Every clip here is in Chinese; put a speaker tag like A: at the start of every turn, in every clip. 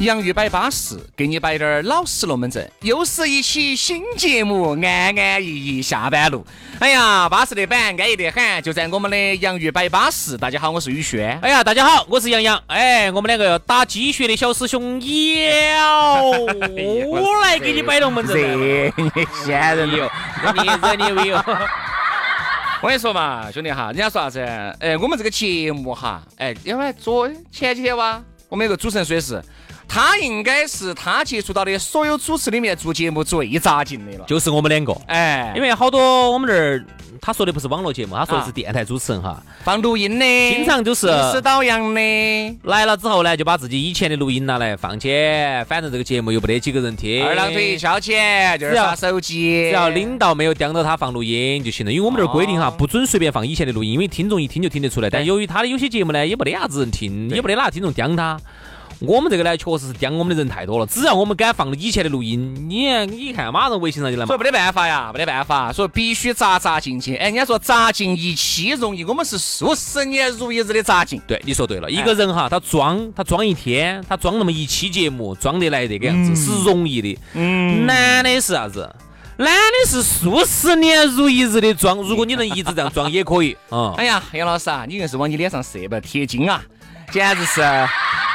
A: 洋芋摆巴适，给你摆点儿老实龙门阵。又是一期新节目，安安逸逸下班路。哎呀，巴适得板，安逸得很，就在我们的洋芋摆巴适。大家好，我是宇轩。
B: 哎呀，大家好，我是杨洋。哎，我们两个要打鸡血的小师兄 要哎我来给你摆龙门阵。
A: 热哎你仙人哟！
B: 你惹你为哟，
A: 哎我跟你说嘛，兄弟哈，人家说啥子？哎，我们这个节目哈，哎，因为昨前几天哇，我们有个主持人说的是，他应该是他接触到的所有主持里面做节目最扎劲的了。
B: 就是我们两个。
A: 哎，
B: 因为好多我们这儿他说的不是网络节目，他说的
A: 啊
B: 是电台主持人哈。
A: 放录音的，
B: 经常就是
A: 是导阳的。
B: 来了之后呢，就把自己以前的录音拿来放起，反正这个节目又不得几个人听。
A: 二郎腿一翘起，哎就是啊耍手机，
B: 只要领导没有盯到他放录音就行了，因为我们这儿规定哈，不准随便放以前的录音，因为听众一听就听得出来。但由于他的有些节目呢，也没得啥子人听，也没得哪个听众盯他。我们这个呢，确实是盯我们的人太多了。只要我们敢放以前的录音，你你看，马上微信上就来骂
A: 所以。没得办法呀，没得办法，所以必须扎扎进去。哎，人家说扎进一期容易，我们是数十年如一日的扎进。
B: 对，你说对了，一个人哈，他装，他装一天，他装那么一期节目，装得来这个样子是容易的。嗯，难的是啥子？难的是数十年如一日的装。如果你能一直这样装，也可以。嗯，
A: 哎呀，杨老师啊，你硬是往你脸上射吧，贴金啊，简直是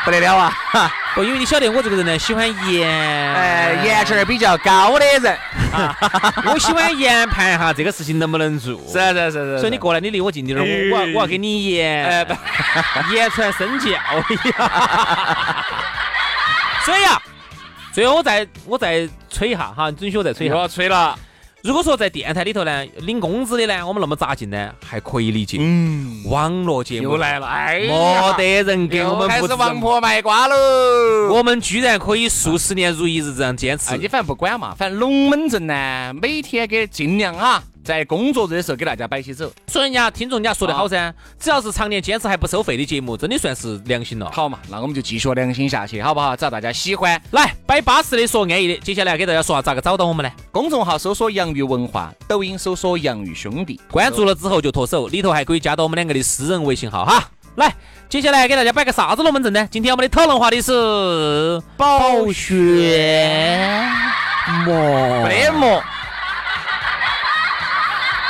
A: 不得了啊！哈，
B: 不，哦因为你晓得我这个人呢，喜欢严，
A: 哎，颜值比较高的人，
B: 我喜欢研判哈这个事情能不能做。
A: 是是是是。
B: 所以你过来，你离我近点儿，我我要我要给你演，
A: 哎不
B: 演出来身教一样。 所以啊，最后我再我再吹一下哈，你准许我再吹一
A: 又
B: 下。
A: 要吹了，
B: 如果说在电台里头呢，领工资的呢，我们那么扎劲呢，还可以理解。嗯，网络节目
A: 又来了，哎呀，
B: 没得人给我
A: 又
B: 们
A: 开
B: 不
A: 始
B: 止
A: 王婆卖瓜喽。
B: 我们居然可以数十年如一日这样坚持
A: 啊，。你反正不管嘛，反正龙门阵呢，每天给尽量啊，在工作日的时候给大家摆起走，
B: 所以人家听众人家说得好噻，只要是常年坚持还不收费的节目，真的算是良心了。
A: 好嘛，那我们就继续良心下去，好不好？只要大家喜欢，
B: 来摆巴适的说安逸的，接下来给大家说下咋个找到我们呢？
A: 公众号搜索“洋芋文化”，抖音搜索“洋芋兄弟”，
B: 关注了之后就脱手，里头还可以加到我们两个的私人微信号哈。来，接下来给大家摆个啥子龙门阵呢？今天我们的讨论话题是
A: 暴
B: 雪魔
A: 没得磨，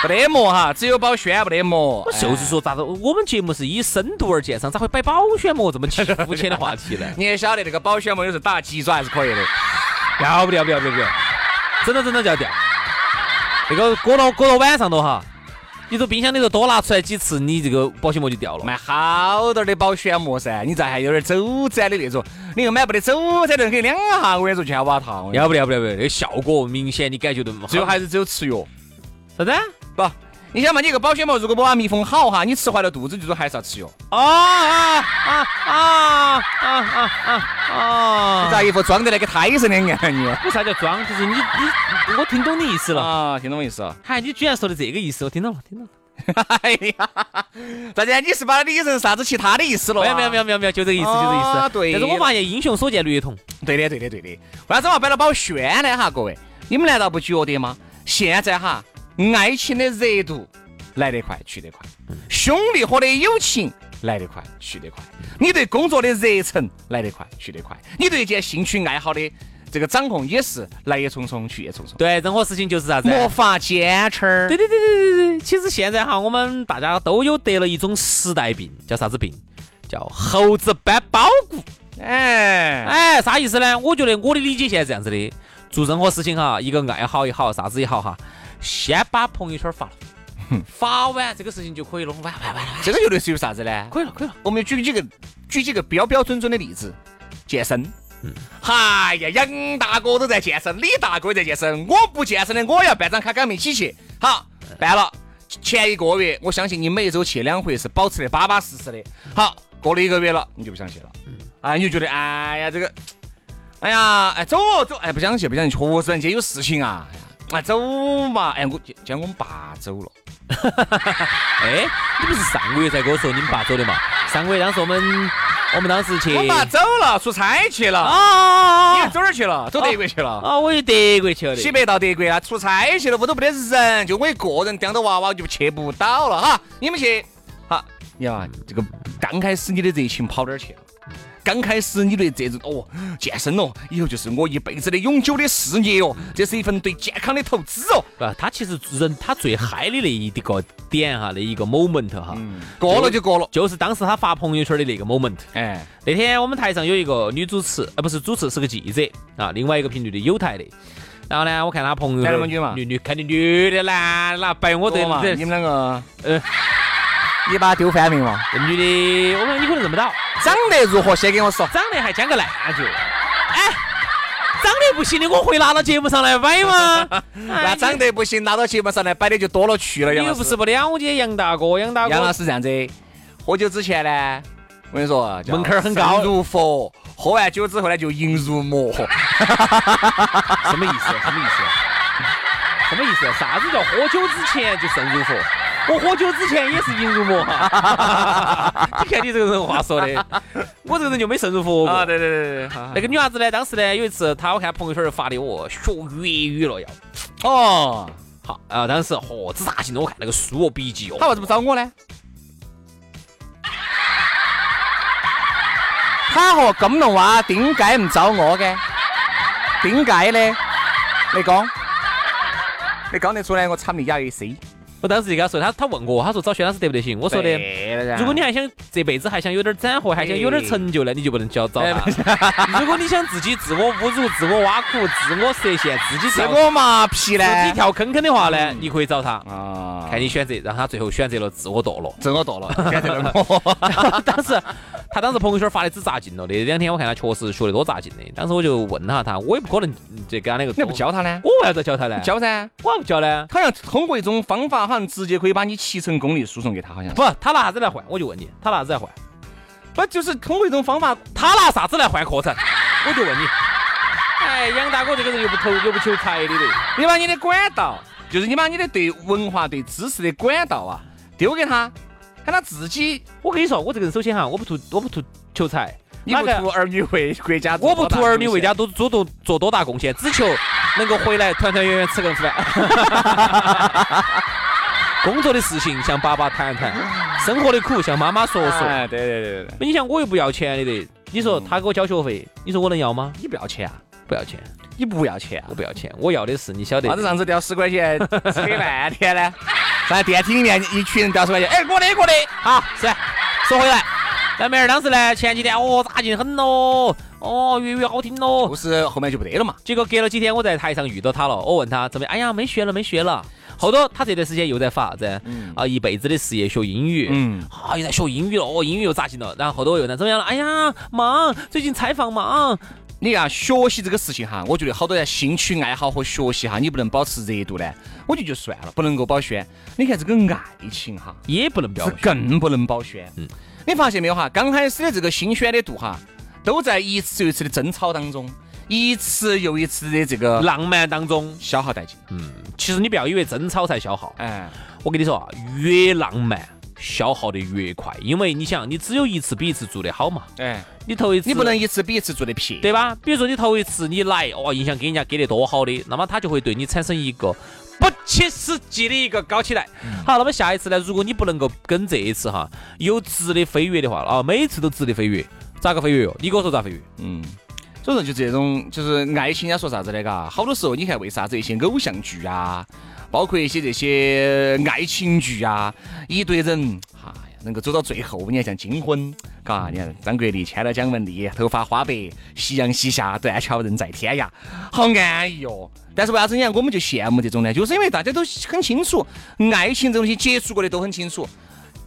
A: 没得磨哈，只有保轩没得哎磨。
B: 我就是说咋子，我们节目是以深度而见长，咋会摆保鲜膜这么肤浅的话题呢
A: 哎，？你也晓得那个保轩嘛，有时候打鸡爪还是可以的。
B: 要 不得，要不得，要不得，要不得真的真的就要掉。那个裹到裹到晚上头哈，你从冰箱里头多拿出来几次，你这个保鲜膜就掉了。
A: 买好点儿的保鲜膜噻，你这还有点走展的那种，你又买不得走展的，给两下我跟你说全瓦烫。
B: 要不得，要不得，要不得，那个效果明显你感觉都不好
A: 最 后还是只有吃药。
B: 啥子？
A: 不，你想嘛，你一个保鲜膜如果不把它密封好哈，你吃坏了肚子就说还是要吃药。
B: 啊啊啊啊啊啊啊！
A: 你咋一副装得那个胎神的样啊你？
B: 不啥叫装？就是你你，我听懂你意思了。
A: 啊，听懂我意思啊？
B: 嗨，你居然说的这个意思，我听懂了，听懂了。
A: 哎呀， 大家你是把它理解成啥子其他的意思了、啊
B: 没有没有没
A: 有，
B: 有没有没有，就这个意思，就这个意
A: 啊
B: 思。
A: 对
B: 但是我发现英雄所见略同。
A: 对的对的对的。为啥子嘛摆到保鲜呢哈？各位，你们难道不觉得吗？现在哈，爱情的热度来得快去得快，兄弟伙的友情。来得快，去得快。你对工作的热忱来得快，去得快。你对一件兴趣爱好的这个掌控也是来也匆匆，去也匆匆。
B: 对，任何事情就是啥子？啊
A: 没法坚持。
B: 对对对对对对，其实现在哈，我们大家都有得了一种时代病，叫啥子病？叫猴子搬包谷。
A: 哎，
B: 哎，啥意思呢？我觉得我的理解现在是这样子的：做任何事情哈，一个爱好也好，啥子也好哈，先把朋友圈发了，发完这个事情就可以了。完完完了，
A: 这个又类似于啥子呢？
B: 可以了，可以了。
A: 我们举几个举几个标标准准的例子。健身。哎呀，杨大哥都在健身，李大哥也在健身，我不健身的，我要办张卡跟他们一起去。好，办了，前一个月我相信你每一周去两回是保持的巴巴适适的。好，过了一个月了，你就不想去了，哎，你就觉得哎呀这个，哎呀，哎走哦走，哎不想去不想去，确实人家有事情啊，哎走嘛，哎我今天我们爸走了。
B: 哎，你不是上个月才跟我说你们爸走的嘛？上个月当时我们我们当时去
A: 我爸走了，出差去了。
B: 啊
A: 你走哪儿去了？走德国去了。
B: 啊，我去德国去了的。
A: 西北到德国啊，出差去了，屋头没得人，就我一个人叼着娃娃就去不到了哈。你们去，好呀，这个刚开始你的热情跑哪儿去了？刚开始你的这种哦，健身哦，以后就是我一辈子的永久的事业哦，这是一份对健康的投资哦。
B: 不，他其实人他最嗨的那一个点哈，那一个 moment 哈，
A: 嗯过了就过了，
B: 就是当时他发朋友圈的那个 moment。
A: 哎，
B: 那天我们台上有一个女主持，呃，不是主持，是个记者啊，另外一个频率的有台的。然后呢，我看他朋友
A: 男
B: 圈
A: 的嘛女嘛
B: 女女肯定女的男那白我
A: 我
B: 对
A: 嘛，
B: 这
A: 你们两个，
B: 呃
A: 呃，你把他丢翻没嘛？
B: 这女的，我感觉你可能认不到，
A: 长得如何？先给我说。
B: 长得还将个烂就，哎，长得不行的我会拿到节目上来摆吗？
A: 那长得不行，拿到节目上来摆的就多了去了。
B: 你
A: 杨
B: 又
A: 老
B: 不
A: 师
B: 是不了解杨大哥，杨大
A: 杨老
B: 哥
A: 师这样子，喝酒之前呢，我跟你说，啊叫
B: 门槛儿很高
A: 深如佛，喝完酒之后呢，就淫如魔。
B: 什么意思？什么意思？什么意思？啥子叫喝酒之前就胜如佛？我喝酒之前也是淫如魔 哈。你看你这个人话说的，我这个人就没胜如佛过。
A: 啊对对对对
B: 那个女娃子呢，当时呢有一次，她我看朋友圈儿发的，我学粤语了要。
A: 个哦，
B: 好啊、当时嚯，紫煞星的，我看那个书哦笔记哦，
A: 他为什么找我呢？他和金龙娃点解唔找我嘅？點解呢？你講，你講得出來，我慘你有意思。
B: 我当时就跟他说，他他问我，他说找薛老师得不得行？我说的，如果你还想这辈子还想有点斩获，还想有点成就呢，你就不能叫
A: 哎
B: 找 他。如果你想自己自我侮辱、自我挖苦、自我设限、自己
A: 是
B: 跳
A: 嗯我麻皮呢？
B: 自己跳坑坑的话呢，你可以找他。
A: 啊，
B: 看你选择，让他最后选择了自我 堕落。
A: 真我堕了，选择了我。
B: 当时他当时朋友圈发的只扎劲了，那两天我看他确实学得多扎劲的。当时我就问他，他我也不可能嗯这跟他那个，
A: 你不教他呢？
B: 我为啥子要教他呢？
A: 教噻，
B: 我还不教呢？
A: 好像通过一种方法，好像直接可以把你七成功力输送给他，好像
B: 不，他拿啥子来换？我就问你，他拿啥子来换？
A: 不就是通过一种方法，
B: 他拿啥子来换课程？我就问你，哎，杨大哥这个人又不投又不求财的嘞。
A: 你把你的管道，就是你把你的对文化、对知识的管道啊，丢给他，看他自己，
B: 我跟你说，我这个人首先哈，我不图我不图求财，
A: 你不
B: 哪个
A: 图儿女为国家，
B: 我不图儿女为，家多做多做多大贡献，只求能够回来团团圆圆吃个 饭。工作的事情向爸爸谈谈，生活的苦向妈妈说说。
A: 哎，对嗯对对对对，
B: 你想我又不要钱的嘞，你说他给我交学费，你说我能要吗？
A: 你不要钱啊，
B: 不要钱，
A: 你不要钱啊
B: 我，不要钱，我要的是你晓得
A: 啥子上次掉十块钱，扯半天 呢，在电梯里面一群人掉十块钱，哎，我的我的，
B: 好，是。说回来，那妹儿当时呢，前几天哦扎劲很咯，哦粤语好听咯
A: 故。事后面就不得了嘛，
B: 结果隔了几天，我在台上遇到她了，我问她怎么样，哎呀没学了没学了。后头她这段时间又在发啥子？啊，一辈子的事业学英语，
A: 嗯
B: 啊又在学英语了，哦英语又扎劲了。然后后头我又问她怎么样了，哎呀忙，最近采访忙，
A: 你看学习这个事情哈，我觉得好多人兴趣爱好和学习哈，你不能保持热度呢，我觉得就算了，不能够保鲜。你看这个爱情哈，
B: 也不能不要
A: 是。更不能保鲜。
B: 嗯
A: 你发现没有哈？刚开始的这个新鲜的度哈，都在一次又一次的争吵当中，一次又一次的这个
B: 浪漫当中，
A: 消耗殆尽。
B: 嗯，其实你不要以为争吵才消耗，
A: 哎，
B: 我跟你说啊，越浪漫消耗的越快，因为你想，你只有一次比一次做得好嘛。
A: 哎，
B: 你头一次
A: 你不能一次比一次做的撇。
B: 对吧？比如说你头一次你来，哦，印象给人家给得多好的，那么他就会对你产生一个不切实际的一个高期待。
A: 嗯
B: 好，那么下一次呢，如果你不能够跟这一次哈有质的飞跃的话，啊，每一次都质的飞跃，咋个飞跃哟？你跟我说咋飞跃？
A: 嗯，所以说就这种就是爱情，啊人家说啥子的嘎，好多时候你看为啥子一些偶像剧啊，包括一些这些爱情剧啊，一堆人哈、哎呀能够走到最后，你看像金婚。嘎，你看张国立啊牵了蒋雯丽，头发花白，夕阳西下，断桥人在天涯，好安逸哦。但是为啥子你看我们就羡慕这种呢？就是因为大家都很清楚，爱情这东西接触过的都很清楚，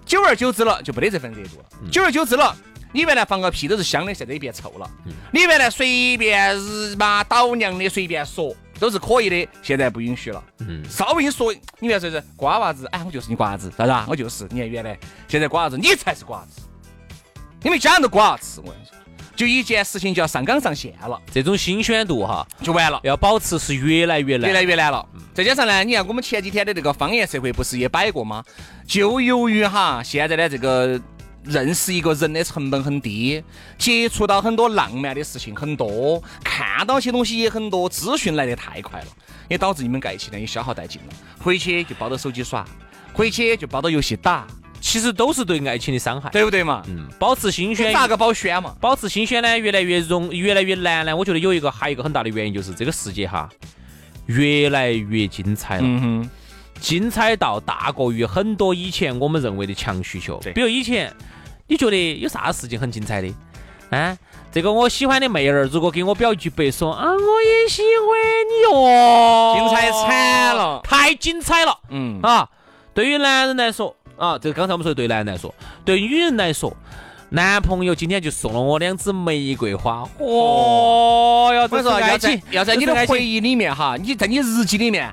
A: 久而久之了就没得这份热度了。久而久之了，你原来放个屁都是香的，现在也变臭了。你原来随便日妈倒娘的随便说都是可以的，现在不允许了。嗯，稍微说，你原来说是瓜娃子，哎，我就是你瓜娃子，啥子啊？我就是，你看原来，现在瓜娃子，你才是瓜娃子，你们家人都瓜娃子，我跟你说，就一件事情就要上纲上线了，
B: 这种新鲜度哈，
A: 就完了。
B: 要保持是越来越难。
A: 越来越难了。再加上呢，你看我们前几天的这个方言社会不是也摆过吗？就由于哈现在的这个认识一个人的成本很低，接触到很多浪漫的事情很多，看到些东西也很多，资讯来得太快了，也导致你们在一起呢也消耗殆尽了。回去就抱着手机耍，回去就抱着游戏打，
B: 其实都是对爱情的伤害。
A: 对不对嘛？
B: 嗯，保持新鲜，
A: 咋个保鲜嘛？
B: 保持新鲜呢，越来越容，越来越难呢。我觉得有一个，还有一个很大的原因就是这个世界哈，越来越精彩了。
A: 嗯哼，
B: 精彩到大过于很多以前我们认为的强需求
A: 对。
B: 比如以前你觉得有啥事情很精彩的？啊，这个我喜欢的妹儿，如果给我表一句白说啊，我也喜欢你哦，
A: 精彩惨了
B: 太精彩了。
A: 嗯，
B: 啊，对于男人来说啊，这个刚才我们说的对男人来说，对于女人来说，男朋友今天就送了我两支玫瑰花，哦哟，
A: 我跟
B: 这
A: 你
B: 是
A: 说，
B: 爱
A: 要
B: 情
A: 在，要在
B: 这
A: 你
B: 是爱
A: 的
B: 情
A: 回忆里面哈，你在你日记里面，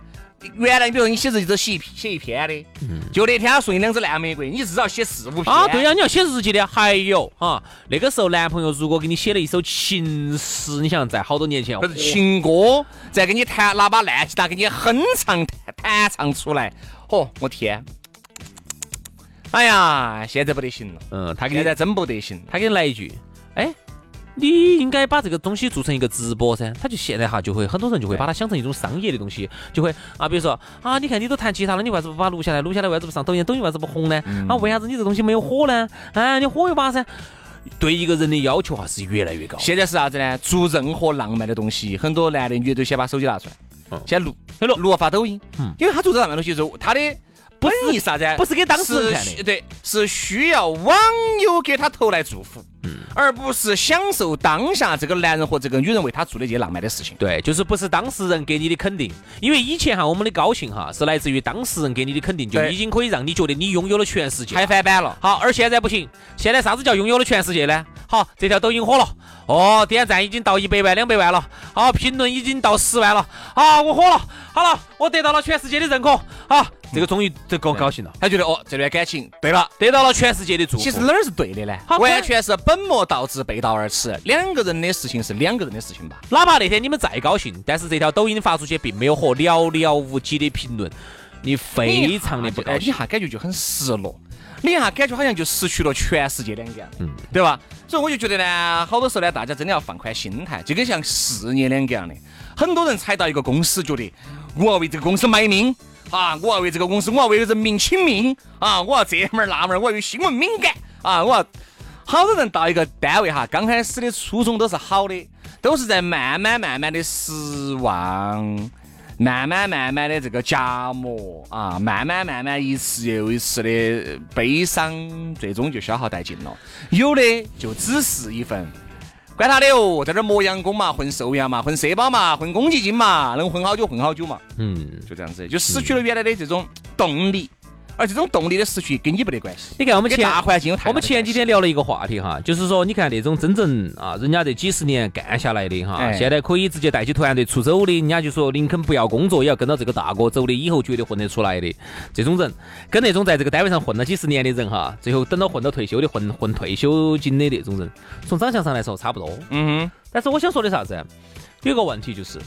A: 原来你比如说你写日记都写一篇写一篇的，就那天他送你两只烂玫瑰，你至少写四五篇。
B: 啊，对呀、你要写日记的。还有啊，那个时候男朋友如果给你写了一首情诗，你想在好多年前，
A: 那是
B: 哦
A: 情歌，再给你弹拿把烂吉他给你哼唱弹弹唱出来，哦，我天！哎呀，现在不得行了，
B: 嗯，他给
A: 现
B: 你
A: 在真不得行。
B: 他给你来一句，哎。你应该把这个东西做成一个直播噻，他就现在哈就会很多人就会把它想成一种商业的东西，就会啊，比如说啊，你看你都弹吉他了，你为啥子不把它录下来？录下来为啥子不上抖音？抖音为啥子不红呢？
A: 嗯
B: 啊，为啥子你这东西没有火呢？哎，你火一把噻。对一个人的要求哈是越来越高。
A: 现在是啥子呢？做任何浪漫的东西，很多男的女的都先把手机拿出来，先录，
B: 先录
A: 录发抖音
B: 嗯，
A: 因为他做这浪漫的东西之后，他的本意啥子啊？
B: 不是给当事人看的
A: 是需对，是需要网友给他投来祝福，
B: 嗯
A: 而不是享受当下这个男人和这个女人为他做的这些浪漫的事情。
B: 对，就是不是当事人给你的肯定，因为以前哈我们的高兴哈是来自于当事人给你的肯定，就
A: 对
B: 已经可以让你觉得你拥有了全世界。
A: 太翻版了。
B: 好，而现在不行，现在啥子叫拥有了全世界呢？好，这条抖音火了，哦，点赞已经到一百万、两百万了，好，评论已经到十万了，啊，我火了，好了，我得到了全世界的认可，啊，这个终于这个高兴了，
A: 他觉得哦，这段感情对了。
B: 得到了全世界的祝福。
A: 其实哪儿是对的呢？
B: 好
A: 完全是本末倒置，背道而驰。两个人的事情是两个人的事情吧？
B: 哪怕那天你们再高兴，但是这条抖音发出去并没有和寥寥无几的评论，你非常的不高
A: 哎你
B: 兴。
A: 一下感觉就很失落，你一下感觉好像就失去了全世界两个样
B: 嗯
A: 子，对吧？所以我就觉得呢，好多时候呢，大家真的要放宽心态，就跟像事业两个样的。很多人踩到一个公司，觉得我要为这个公司卖命啊，我要为这个公司，我要为人民请命啊，我要这门儿那门儿，我要有新闻敏感啊，我要。好多人到一个单位哈，刚开始的初衷都是好的，都是在慢慢慢慢的失望，慢慢慢慢的这个夹磨啊，慢慢慢慢一次又一次的悲伤，最终就消耗殆尽了。有的就只是一份，管他的哦，在这儿磨洋工嘛，混寿阳嘛，混社保嘛，混公积金嘛，能混好久混好久嘛，
B: 嗯，
A: 就这样子，就失去了原来的这种动力。而这种动力的失去跟你没得关系，
B: 你看我们
A: 跟
B: 前
A: 大环境有太大
B: 我们
A: 的
B: 前
A: 关
B: 几
A: 系
B: 天聊了一个话题哈，就是说，你看那种真正啊，人家这几十年干下来的哈，
A: 哎
B: 现在可以直接带起团队出走的，人家就说宁肯不要工作也要跟到这个大哥走的，以后绝对混得出来的这种人，跟那种在这个单位上混了几十年的人哈，最后等到混到退休的混混退休金的那种人，从长相上来说差不多。
A: 嗯哼，
B: 但是我想说的啥子？有一个问题就是，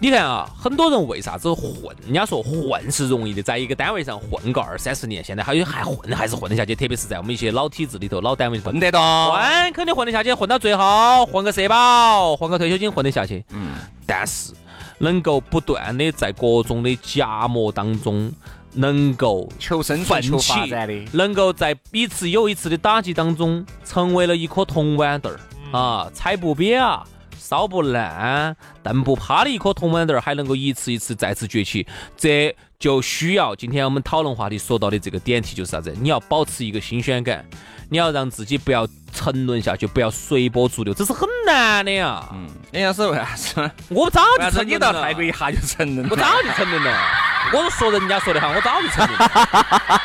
B: 你看啊，很多人为啥子混？人家说混是容易的，在一个单位上混个二三十年，现在还有还混还是混得下去，特别是在我们一些老体制里头、老单位混
A: 混。得到。
B: 混肯定混得下去，混到最后混个社保，混个退休金混得下去。
A: 嗯，
B: 但是能够不断的在各种的夹磨当中，能够
A: 求生
B: 奋
A: 存、求发
B: 起
A: 展的，，
B: 能够在一次又一次的打击当中，成为了一颗铜豌豆儿
A: 嗯
B: 啊，踩不瘪。烧不烂、蹬不趴的一颗铜豌豆儿，还能够一次一次再次崛起，这就需要今天我们讨论话题说到的这个点题就是啥子？你要保持一个新鲜感，你要让自己不要沉沦下去，不要随波逐流，这是很难的哎呀。
A: 嗯，人 家是为啥子？
B: 我早
A: 为
B: 就
A: 啥子
B: 沉
A: 你
B: 沦
A: 到
B: 了，
A: 泰国一下就承认了？
B: 啊 我早就承认了， 我是说人家说的哈，我早就承认了。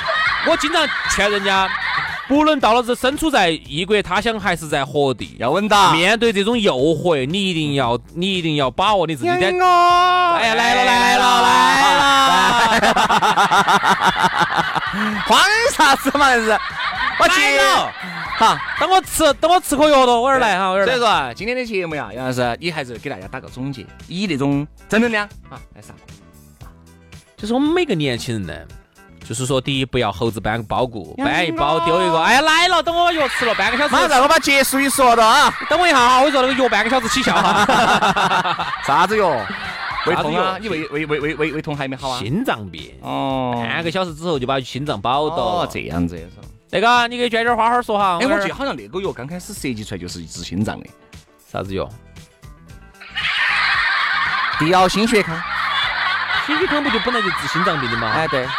B: 我经常劝人家，不论到了这身处在异国他乡还是在何地，
A: 要稳当。
B: 面对这种诱惑，你一定要你一定要把握你自己的。
A: 我，
B: 哎呀，来了来了来了！
A: 慌啥子嘛？这是，我
B: 来
A: 接
B: 了。
A: 好，
B: 等我吃等我吃颗药了，我儿来哈，我儿
A: 所以
B: 来。
A: 说啊今天的节目呀，杨老师，你还是给大家打个总结，以那种正能量啊，来啥？
B: 就是我们每个年轻人呢，就是说第一不要猴子搬个包谷，搬一包丢一个。哎呀，来了，等我把药吃了，半个小时。
A: 马上我把结束一说了啊，
B: 等我一下哈，我跟你说那个药半个小时起效哈。
A: 啥子哟？胃痛
B: 啥
A: 啊
B: 子？
A: 你胃胃胃胃胃胃痛还没好啊？
B: 心脏病，
A: 哦，
B: 半个小时之后就把心脏保到
A: 哦
B: 了。，
A: 这样子。是吧
B: 那个，你给娟娟花花说哈。
A: 哎，我
B: 儿
A: 记得好像那个药刚开始设计出来就是治心脏的，
B: 啥子药？
A: 迪奥心血康。
B: 心肌梗不就本来就治心脏病的吗？
A: 哎，对，哎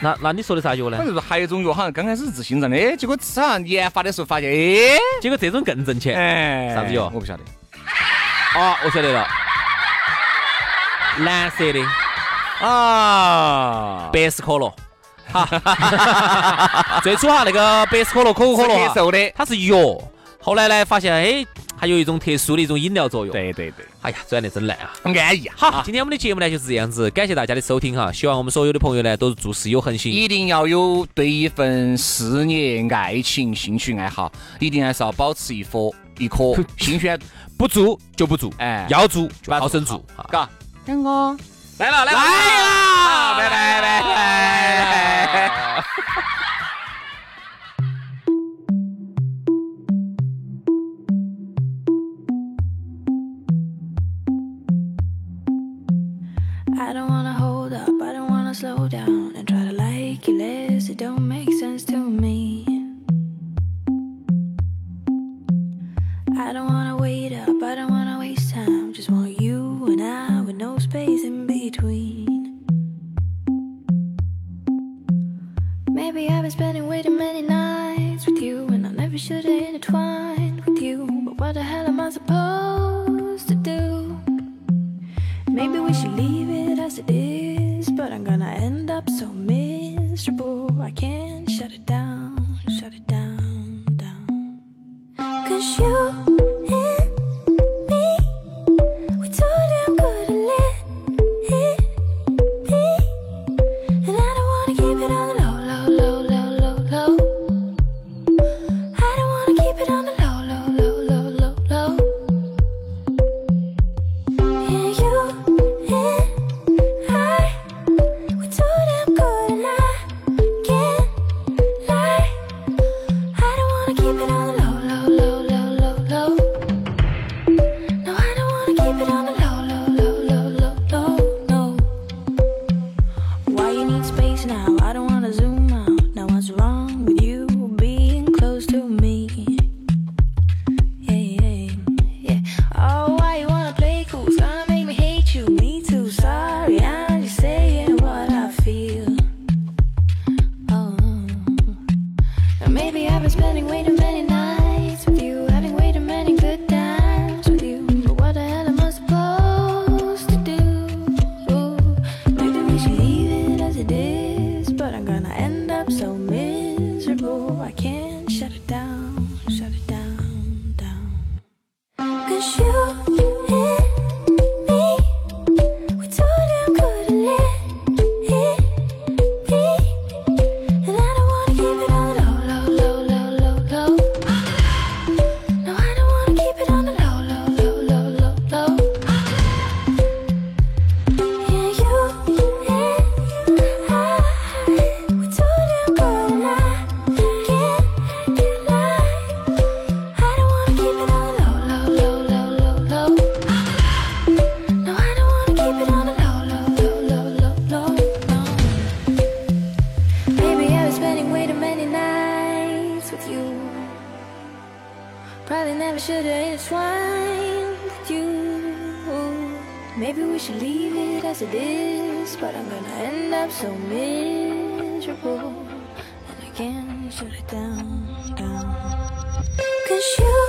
B: 那那你说的啥药呢
A: 反？正就是还有一种药，好像刚开始治心脏的，哎，结果吃上研发的时候发现，哎，
B: 结果这种更挣钱。
A: 哎
B: 啥子药
A: 我不晓得。
B: 哦，我晓得了，蓝色的
A: 啊，
B: 百事可乐。哈， 最初哈那个百事可乐、可口可乐
A: 黑
B: 哈，
A: 瘦的。
B: 它是药，后来呢发现哎，还有一种特殊的一种饮料作用。，
A: 对对，
B: 哎呀，转的真烂啊！
A: 安逸啊。
B: 好，今天我们的节目呢就是这样子，感谢大家的收听哈，希望我们所有的朋友呢都是做事有恒心。
A: 一定要有对一份事业、爱情、兴趣爱好，一定还是要保持一颗一颗新鲜，
B: 不做就不做，
A: 哎
B: 要做就
A: 把它
B: 好
A: 做
B: 生做哈。
A: 嘎。杨哥，
B: 来了来了
A: 啊来了拜拜拜拜
B: 拜。
C: I don't wanna hold up, I don't wanna slow down and try to like you less. It don't make sense to me. I don't wanna wait up, I don't wanna waste time. Just want you and I with no space in between. Maybe I've been spending way too many nights with you, and I never should've intertwined with you. But what the hell am I supposed to do? Maybe we should leave it as it is, but I'm gonna end up so miserable. I can't shut it down, shut it down, down. Cause you and me, we too damn good to let it be. And I don't wanna keep it on the low, low, low, low, low, low. I don't wanna keep it on the low, low, low, low, low, low. And you and I, we too damn good, and I can't lie. I don't wanna keep it on the low, low, low, low, low, low. No, I don't wanna keep it on the low, low, low, low, low, no. Why you need space now? I don't wanna zoom out. Now what's wrong with you being close to me? Yeah, yeah, yeah. Oh, why you wanna play cool? It's gonna make me hate you. Me too. Sorry, I'm just saying what I feel. Oh, Now maybe I've been spending way too many nights with you, having way too many good times with you. But what the hell am I supposed to do? Maybe we should leave it as it is, but I'm gonna end up so miserable. I can't shut it down, shut it down, down. Cause you and me, we too damn good to let it be. And I don't wanna keep it on the low, low, low, low, low, low. No, I don't wanna keep it on the low, low, low, low, low, low. And you and I, we too damn good and I can't lie. I don't wanna keep it on the low, low, low, low, low, low. No, I don't wanna keep it on the low, low, low, low, low, low, no. Maybe I was spending way too many nights with you. Probably never should have intertwined with you. Maybe we should leave it as it is, but I'm gonna end up so miserable. And I can't shut it down, down. Cause you